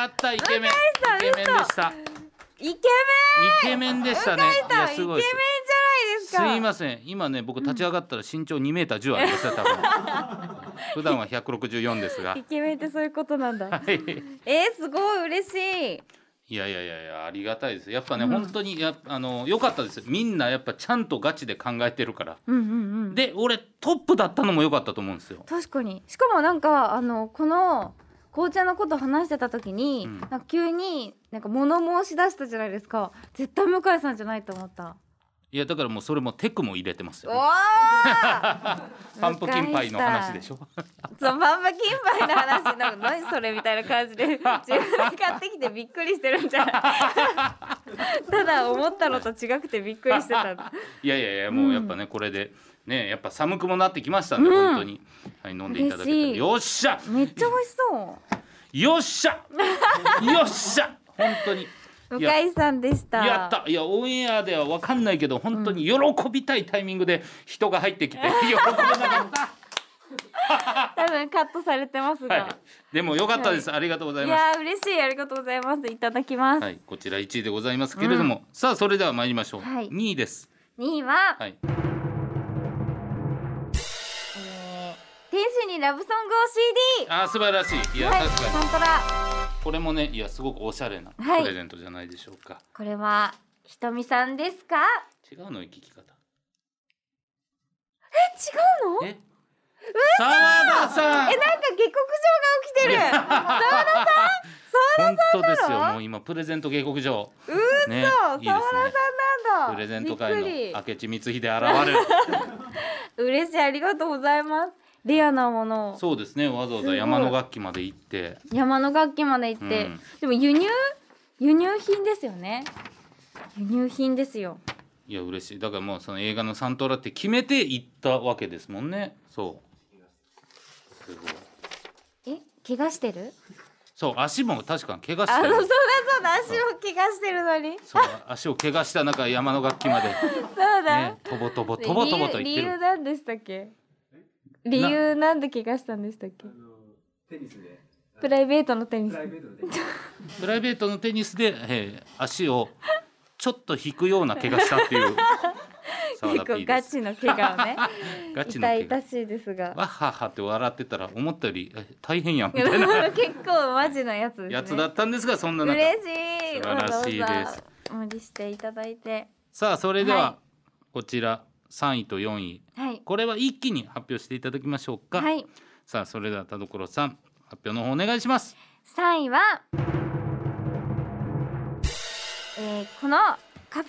[SPEAKER 2] やったイケメン
[SPEAKER 1] さん
[SPEAKER 2] イケメンでした
[SPEAKER 1] イケメンイ
[SPEAKER 2] イケメンでしたね
[SPEAKER 1] 向井さん、イケ
[SPEAKER 2] す
[SPEAKER 1] メン
[SPEAKER 2] ごいです
[SPEAKER 1] じゃ
[SPEAKER 2] す
[SPEAKER 1] ないです
[SPEAKER 2] い
[SPEAKER 1] か
[SPEAKER 2] ません今ね僕立ち上がったら身長2メーター10ありました多分普段は164ですが
[SPEAKER 1] イケメンってそういうことなんだ。
[SPEAKER 2] はい
[SPEAKER 1] えー、すごい嬉しい。
[SPEAKER 2] いやいやいやいやありがたいですやっぱね、本当にやあの良かったですみんなやっぱちゃんとガチで考えてるから
[SPEAKER 1] うんうんうん。
[SPEAKER 2] で俺トップだったのも良かったと思うんですよ
[SPEAKER 1] 確かに。しかもなんか、あの、この、紅茶のこと話してた時に、
[SPEAKER 2] うん
[SPEAKER 1] なんか急になんか物申し出したじゃないですか絶対向井さんじゃないと思った
[SPEAKER 2] いやだからもうそれもテクも入れてます
[SPEAKER 1] お
[SPEAKER 2] よ
[SPEAKER 1] お
[SPEAKER 2] パンプキンパイの話でしょ
[SPEAKER 1] そうバンバキンパイの話なんか何それみたいな感じ で自分で買ってきてびっくりしてるんじゃないただ思ったのと違くてびっくりしてたの
[SPEAKER 2] いやいやいやもうやっぱね、これでねやっぱ寒くもなってきましたんで、本当にはい飲んでいただけたら
[SPEAKER 1] 嬉しい
[SPEAKER 2] よっしゃ
[SPEAKER 1] めっちゃ美味しそ
[SPEAKER 2] よっ しゃよっしゃ本当に
[SPEAKER 1] う
[SPEAKER 2] いや
[SPEAKER 1] 向井さんでした
[SPEAKER 2] やったいやオンエアでは分かんないけど本当に喜びたいタイミングで人が入っ てきて、喜べなかった
[SPEAKER 1] 多分カットされてますが、
[SPEAKER 2] はい、でも良かったです、ありがとうござい
[SPEAKER 1] い、
[SPEAKER 2] ます
[SPEAKER 1] やー嬉しいありがとうございますいただきます、
[SPEAKER 2] はいこちら1位でございますけれども、さあそれでは参りましょう、
[SPEAKER 1] はい
[SPEAKER 2] 2位です
[SPEAKER 1] 2位は、
[SPEAKER 2] はい
[SPEAKER 1] えー天使にラブソングを CD
[SPEAKER 2] あー素晴らしいいや、
[SPEAKER 1] はい
[SPEAKER 2] 確かに
[SPEAKER 1] サントラ
[SPEAKER 2] これもねいやすごくおしゃれな
[SPEAKER 1] はい
[SPEAKER 2] プレゼントじゃないでしょうか、
[SPEAKER 1] これはひとみさんですか
[SPEAKER 2] 違うのよ聞き方
[SPEAKER 1] え違うの
[SPEAKER 2] え澤田さん
[SPEAKER 1] えなんか下克上が起きてる澤田さん
[SPEAKER 2] 本当ですよもう今プレゼント警告状
[SPEAKER 1] うー
[SPEAKER 2] ね
[SPEAKER 1] そう、
[SPEAKER 2] いい
[SPEAKER 1] 沢田
[SPEAKER 2] ですね
[SPEAKER 1] さんなんだ。
[SPEAKER 2] プレゼン
[SPEAKER 1] び
[SPEAKER 2] ト
[SPEAKER 1] っ
[SPEAKER 2] 会
[SPEAKER 1] く
[SPEAKER 2] の明智光秀現れ る
[SPEAKER 1] り嬉しい、ありがとうございます。レアなものを。
[SPEAKER 2] そうですねわざわ
[SPEAKER 1] す
[SPEAKER 2] ざ
[SPEAKER 1] ごい
[SPEAKER 2] 山の楽器まで行って
[SPEAKER 1] 山の楽器まで行って、
[SPEAKER 2] うん
[SPEAKER 1] でも輸入、輸入品ですよね。輸入品ですよ。
[SPEAKER 2] いや嬉しいだからもうその映画のサントラって決めて行ったわけですもんねそうすごい
[SPEAKER 1] え、怪我してる。
[SPEAKER 2] そう足も確かに怪我し
[SPEAKER 1] あ
[SPEAKER 2] て
[SPEAKER 1] の、そうだ
[SPEAKER 2] る
[SPEAKER 1] そうだ、足を怪我してるのに。
[SPEAKER 2] そう足を怪我した中山の楽器 まで
[SPEAKER 1] そうだ。
[SPEAKER 2] ねとぼとぼ
[SPEAKER 1] で
[SPEAKER 2] とぼとぼと
[SPEAKER 1] 理
[SPEAKER 2] 言
[SPEAKER 1] 由、
[SPEAKER 2] って
[SPEAKER 1] 理由な
[SPEAKER 2] る
[SPEAKER 1] んでしたっけ。理由なんで怪我したんでしたっけ。
[SPEAKER 4] テニスで、
[SPEAKER 1] プライベートのテニス
[SPEAKER 4] プラ。イベートのテニス。
[SPEAKER 2] プライベートのテニスで、えー足をちょっと引くような怪我したっていう 沢
[SPEAKER 1] 結
[SPEAKER 2] 田
[SPEAKER 1] 構
[SPEAKER 2] P で
[SPEAKER 1] ガ
[SPEAKER 2] す
[SPEAKER 1] チの怪我を ね。
[SPEAKER 2] ガチの
[SPEAKER 1] 痛
[SPEAKER 2] 怪我
[SPEAKER 1] 々しいですが。
[SPEAKER 2] わっはっはって笑ってたら思ったよりえ大 変やんみたいな
[SPEAKER 1] 結構マジなやつですね。
[SPEAKER 2] やつだったんですがそんな中
[SPEAKER 1] 嬉しい。
[SPEAKER 2] 素晴らしいです
[SPEAKER 1] わざわざ無理していただいて。
[SPEAKER 2] さあそれでは、
[SPEAKER 1] は
[SPEAKER 2] こちら3位と4位
[SPEAKER 1] はい。
[SPEAKER 2] これは一気に発表していただきましょうか、
[SPEAKER 1] はい。
[SPEAKER 2] さあそれでは田所さん発表の方お願いします
[SPEAKER 1] 三位は。えー、このカフェフォルダ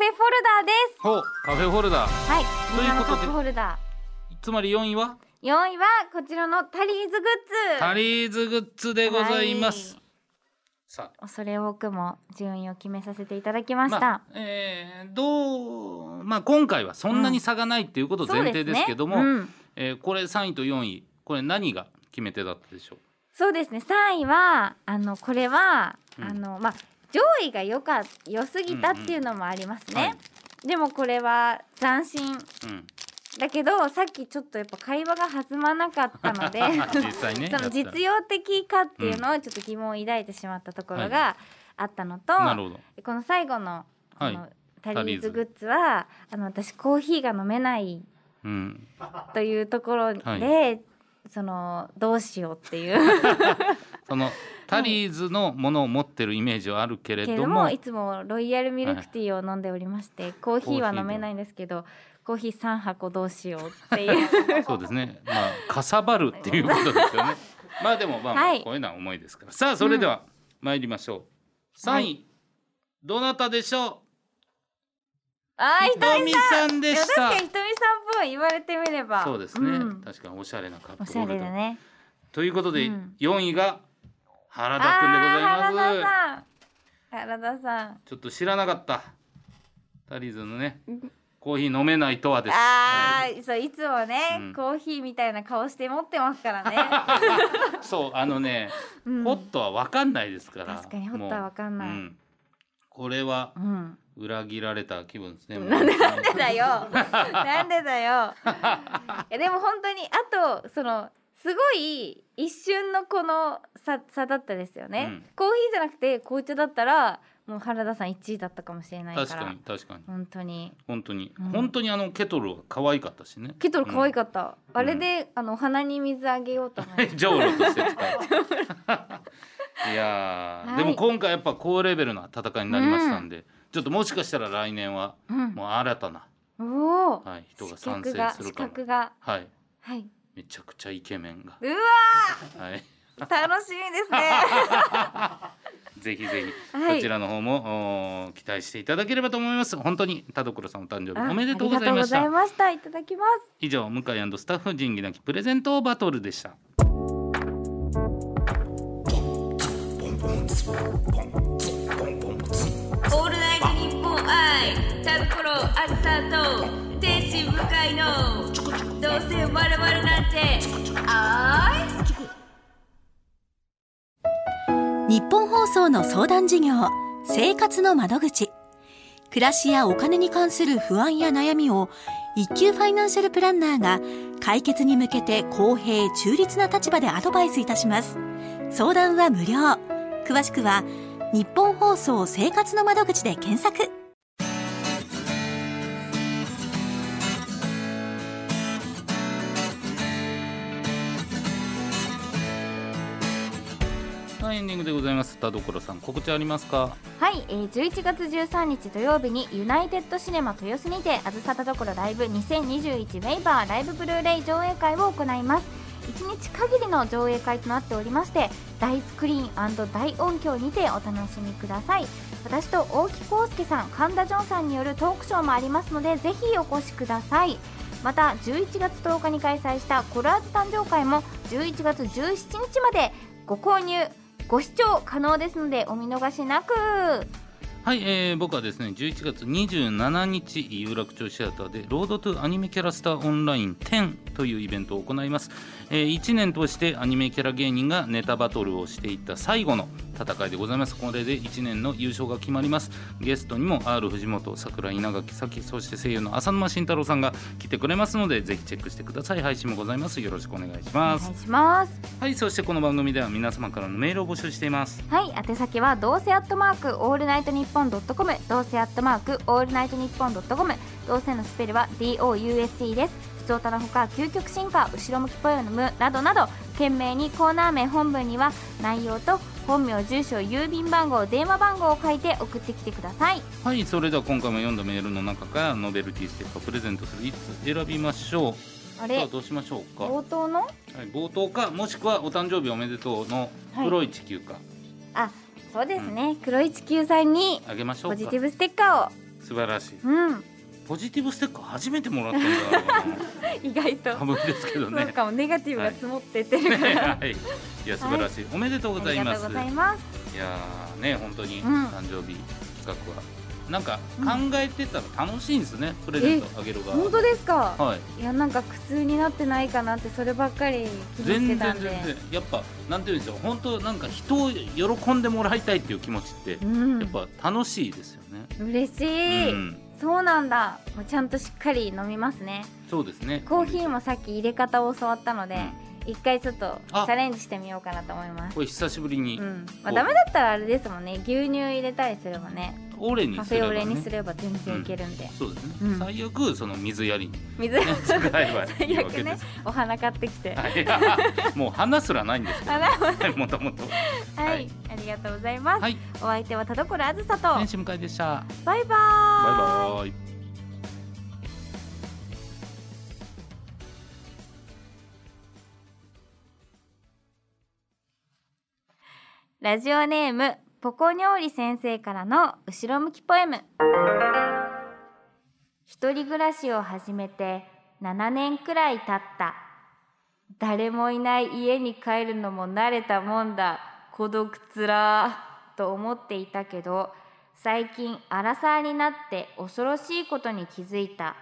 [SPEAKER 1] ーで
[SPEAKER 2] ほうカフェホルダー
[SPEAKER 1] す。はい。
[SPEAKER 2] と
[SPEAKER 1] みん
[SPEAKER 2] い
[SPEAKER 1] な
[SPEAKER 2] う
[SPEAKER 1] の
[SPEAKER 2] こと
[SPEAKER 1] カ
[SPEAKER 2] で
[SPEAKER 1] フェフォルダー。
[SPEAKER 2] つまり4位は
[SPEAKER 1] 四位はこちらのタリーズグ
[SPEAKER 2] タ
[SPEAKER 1] ッズ。
[SPEAKER 2] リーズグッズでございます、
[SPEAKER 1] はい
[SPEAKER 2] さあ
[SPEAKER 1] 恐れ多くも順位を決めさせていただきました。
[SPEAKER 2] まあえーどうまあ今回はそんなに差がないっていうこと前提ですけども、
[SPEAKER 1] そうですねうん
[SPEAKER 2] えーこれ3位と4位これ何が決め手だったでしょう
[SPEAKER 1] そうですね3位はあのこれは、
[SPEAKER 2] うん
[SPEAKER 1] あのまあ上位が良か良すぎたっていうのもありますね、
[SPEAKER 2] うんうんは
[SPEAKER 1] でもこれは斬新
[SPEAKER 2] うん、
[SPEAKER 1] だけどさっきちょっとやっぱ会話が弾まなかったので
[SPEAKER 2] 実際 ね
[SPEAKER 1] その
[SPEAKER 2] やった
[SPEAKER 1] 実用的かっていうのをちょっと疑問を抱いてしまったところがあったのと、
[SPEAKER 2] なるほど
[SPEAKER 1] この最後のこ
[SPEAKER 2] はい
[SPEAKER 1] のタリーズグッズは、あの私コーヒーが飲めない
[SPEAKER 2] うん
[SPEAKER 1] というところで、
[SPEAKER 2] は
[SPEAKER 1] そのどうしようっていう。
[SPEAKER 2] そのタリーズのものを持ってるイメージはあるけれ
[SPEAKER 1] けれ
[SPEAKER 2] ど
[SPEAKER 1] ど
[SPEAKER 2] も、
[SPEAKER 1] もいつもロイヤルミルクティーを飲んでおりまして、コーヒーは飲めないんですけどコーヒー3箱どうしようっていう
[SPEAKER 2] そうですね。まあかさばるっていうことで すよね。まあでもまあ、まあ
[SPEAKER 1] はい
[SPEAKER 2] こういうのは思いですから。さあそれでは参りましょう。三、位、どなたでしょ
[SPEAKER 1] あーひ
[SPEAKER 2] う。
[SPEAKER 1] と
[SPEAKER 2] ひと
[SPEAKER 1] み
[SPEAKER 2] み
[SPEAKER 1] さん
[SPEAKER 2] さんで
[SPEAKER 1] いや
[SPEAKER 2] し
[SPEAKER 1] 確
[SPEAKER 2] た
[SPEAKER 1] か。にひとみさんっぽい言われてみれば
[SPEAKER 2] そうですね、
[SPEAKER 1] ん
[SPEAKER 2] 確かにおしゃれなカップ
[SPEAKER 1] お
[SPEAKER 2] ホ
[SPEAKER 1] しゃ
[SPEAKER 2] ル
[SPEAKER 1] れ
[SPEAKER 2] ダ
[SPEAKER 1] だ
[SPEAKER 2] ー。
[SPEAKER 1] ね
[SPEAKER 2] ということで
[SPEAKER 1] うん
[SPEAKER 2] 四、位が原田くんでござい
[SPEAKER 1] あ
[SPEAKER 2] ま
[SPEAKER 1] ー
[SPEAKER 2] す。
[SPEAKER 1] 原田さん原田さん
[SPEAKER 2] ちょっと知らなかった。タリーズのね、コーヒー飲めないとはです。
[SPEAKER 1] ああ、そういつもね、
[SPEAKER 2] うん
[SPEAKER 1] コーヒーみたいな顔して持ってますからね。
[SPEAKER 2] そうあのね、
[SPEAKER 1] うん
[SPEAKER 2] ホットは分かんないですから。
[SPEAKER 1] 確かにホットは分かんない
[SPEAKER 2] もううんこれは
[SPEAKER 1] うん。
[SPEAKER 2] 裏切られた気分ですね。もう
[SPEAKER 1] なんでなんでだよ。なんで だよ。いやでも本当にあとそのすごい一瞬のこの差差だったですよね、
[SPEAKER 2] うん
[SPEAKER 1] コーヒーじゃなくて紅茶だったらもう原田さん1位だったかもしれないから。
[SPEAKER 2] 確かに確かに
[SPEAKER 1] 本当に。
[SPEAKER 2] 本当に、
[SPEAKER 1] うん
[SPEAKER 2] 本当にあのケトルは可愛かったしね。
[SPEAKER 1] ケトル可愛
[SPEAKER 2] っ
[SPEAKER 1] かった。あれで、あのお花に水あげようと思って。
[SPEAKER 2] ジョウロとして使う。いやー、
[SPEAKER 1] はい
[SPEAKER 2] でも今回やっぱ高レベルな戦いになりましたんで、ちょっともしかしたら来年は
[SPEAKER 1] うん。
[SPEAKER 2] もう新たな、
[SPEAKER 1] おお。
[SPEAKER 2] はい、人が
[SPEAKER 1] 資
[SPEAKER 2] 参
[SPEAKER 1] 格
[SPEAKER 2] 戦
[SPEAKER 1] が
[SPEAKER 2] する
[SPEAKER 1] 資
[SPEAKER 2] かも。
[SPEAKER 1] 格が
[SPEAKER 2] はい、
[SPEAKER 1] はい。
[SPEAKER 2] めちゃくちゃイケメンが。
[SPEAKER 1] うわ
[SPEAKER 2] はい、
[SPEAKER 1] ー楽しみですね。
[SPEAKER 2] ぜひぜひ、
[SPEAKER 1] はい
[SPEAKER 2] こちらの方もおー期待していただければと思います。本当に田所さんお誕生
[SPEAKER 1] あ
[SPEAKER 2] 日おめでとうございまし
[SPEAKER 1] あ
[SPEAKER 2] た
[SPEAKER 1] り。がとうございました。いただきます。
[SPEAKER 2] 以上向井スタッフ仁義なきプレゼントバトルでした
[SPEAKER 5] オールナイトニッポン愛タブコロアスターと天使向かいのどうせ我々なんてあい
[SPEAKER 3] 日本放送の相談事業生活の窓口暮らしやお金に関する不安や悩みを一級ファイナンシャルプランナーが解決に向けて公平中立な立場でアドバイスいたします相談は無料詳しくは日本放送生活の窓口で検索
[SPEAKER 2] はいエンディングでございます田所さん告知ありますか
[SPEAKER 1] はい、えー、11月13日土曜日にユナイテッドシネマ豊洲にて「あずさたどころライブ2021ウェイバーライブブルーレイ上映会」を行います1日限りの上映会となっておりまして大スクリーン大音響にてお楽しみください私と大木康介さん神田ジョンさんによるトークショーもありますのでぜひお越しくださいまた11月10日に開催したコラーズ誕生会も11月17日までご購入ご視聴可能ですのでお見逃しなく
[SPEAKER 2] はい、えー僕はですね11月27日有楽町シアターで「ロードトゥアニメキャラスターオンライン10」というイベントを行います、え1年通してアニメキャラ芸人がネタバトルをしていった最後の戦いでございますこれで1年の優勝が決まりますゲストにも R 藤本桜井稲垣咲そして声優の浅沼慎太郎さんが来てくれますのでぜひチェックしてください配信もございますよろしくお願いし
[SPEAKER 1] お
[SPEAKER 2] ま
[SPEAKER 1] 願
[SPEAKER 2] す
[SPEAKER 1] いします
[SPEAKER 2] はいそしてこの番組では皆様からのメールを募集しています
[SPEAKER 1] はい宛先はどうせアットマークオールナイトニッポンドットコムどうせアットマークオールナイトニッポンドットコムどうせのスペルは DOUSE です普通たのほか究極進化後ろ向きポエムなどなど懸命にコーナー名本文には内容と本名住所郵便番号電話番号を書いて送ってきてください
[SPEAKER 2] はいそれでは今回も読んだメールの中からノベルティステッカープレゼントするいつ選びましょう
[SPEAKER 1] あ
[SPEAKER 2] さあ
[SPEAKER 1] れ
[SPEAKER 2] どうしましょうか、は
[SPEAKER 1] 冒頭の
[SPEAKER 2] い、冒頭かもしくはお誕生日おめでとうの黒い地球か、
[SPEAKER 1] あそうですね、黒い地球さんに
[SPEAKER 2] あげましょう
[SPEAKER 1] ポ
[SPEAKER 2] か
[SPEAKER 1] ジティブステッカ
[SPEAKER 2] 素晴らしい
[SPEAKER 1] ーをうん
[SPEAKER 2] ポジティブステッカー初めてもらったんだろう
[SPEAKER 1] 意外と
[SPEAKER 2] な多分ですけど
[SPEAKER 1] そう
[SPEAKER 2] ね
[SPEAKER 1] かもネガティブが積もってってるから、
[SPEAKER 2] はいいや素晴らしい、おめでとうご
[SPEAKER 1] あ
[SPEAKER 2] ざ
[SPEAKER 1] り
[SPEAKER 2] い
[SPEAKER 1] が
[SPEAKER 2] ま
[SPEAKER 1] と
[SPEAKER 2] す
[SPEAKER 1] うございます
[SPEAKER 2] いやーね本当に
[SPEAKER 1] うん
[SPEAKER 2] 誕生日企画は、なんか考えてたら楽しいんですね、プレゼントあげる側
[SPEAKER 1] 本当ですか、
[SPEAKER 2] はい
[SPEAKER 1] いやなんか苦痛になってないかなってそればっかり気に
[SPEAKER 2] 全
[SPEAKER 1] して
[SPEAKER 2] 然
[SPEAKER 1] た
[SPEAKER 2] 全
[SPEAKER 1] んで
[SPEAKER 2] 然やっぱなんていうんでしょう本当なんか人を喜んでもらいたいっていう気持ちって、やっぱ楽しいですよね、
[SPEAKER 1] うん嬉しい、
[SPEAKER 2] うん、
[SPEAKER 1] そうなんだもうちゃんとしっかり飲みますね
[SPEAKER 2] そうですね
[SPEAKER 1] コーヒーもさっき入れ方を教わったので一回ちょっとチ
[SPEAKER 2] あ
[SPEAKER 1] ャレンジしてみようかなと思います
[SPEAKER 2] これ久しぶりに、
[SPEAKER 1] うんまあ、ダメだったらあれですもんね牛乳入れたりすればね
[SPEAKER 2] オレに
[SPEAKER 1] カ
[SPEAKER 2] す
[SPEAKER 1] フ
[SPEAKER 2] れ
[SPEAKER 1] ェ
[SPEAKER 2] ば、
[SPEAKER 1] オ
[SPEAKER 2] ね、
[SPEAKER 1] レにすれば全然いけるんで、
[SPEAKER 2] そうですね、
[SPEAKER 1] うん
[SPEAKER 2] 最悪その水や りに、ね、
[SPEAKER 1] 水
[SPEAKER 2] 使えばいいわ け
[SPEAKER 1] 最悪
[SPEAKER 2] で
[SPEAKER 1] ね
[SPEAKER 2] す、
[SPEAKER 1] お花買ってきて
[SPEAKER 2] はい、もう話すらないんですけど、ね、 もともと
[SPEAKER 1] はい、
[SPEAKER 2] はい
[SPEAKER 1] ありがとうございます、
[SPEAKER 2] はい
[SPEAKER 1] お相手は田所あずさと、
[SPEAKER 2] 天使迎えでした
[SPEAKER 1] バイバーイ
[SPEAKER 2] バイバーイ
[SPEAKER 1] ラジオネームポコニョーリ先生からの後ろ向きポエム一人暮らしを始めて7年くらい経った誰もいない家に帰るのも慣れたもんだ孤独つらーと思っていたけど最近アラサーになって恐ろしいことに気づいた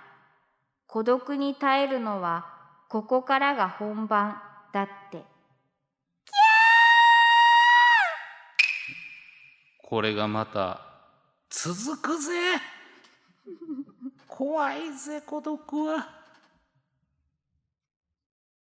[SPEAKER 1] 孤独に耐えるのはここからが本番だって
[SPEAKER 2] これがまた続くぜ怖いぜ孤独は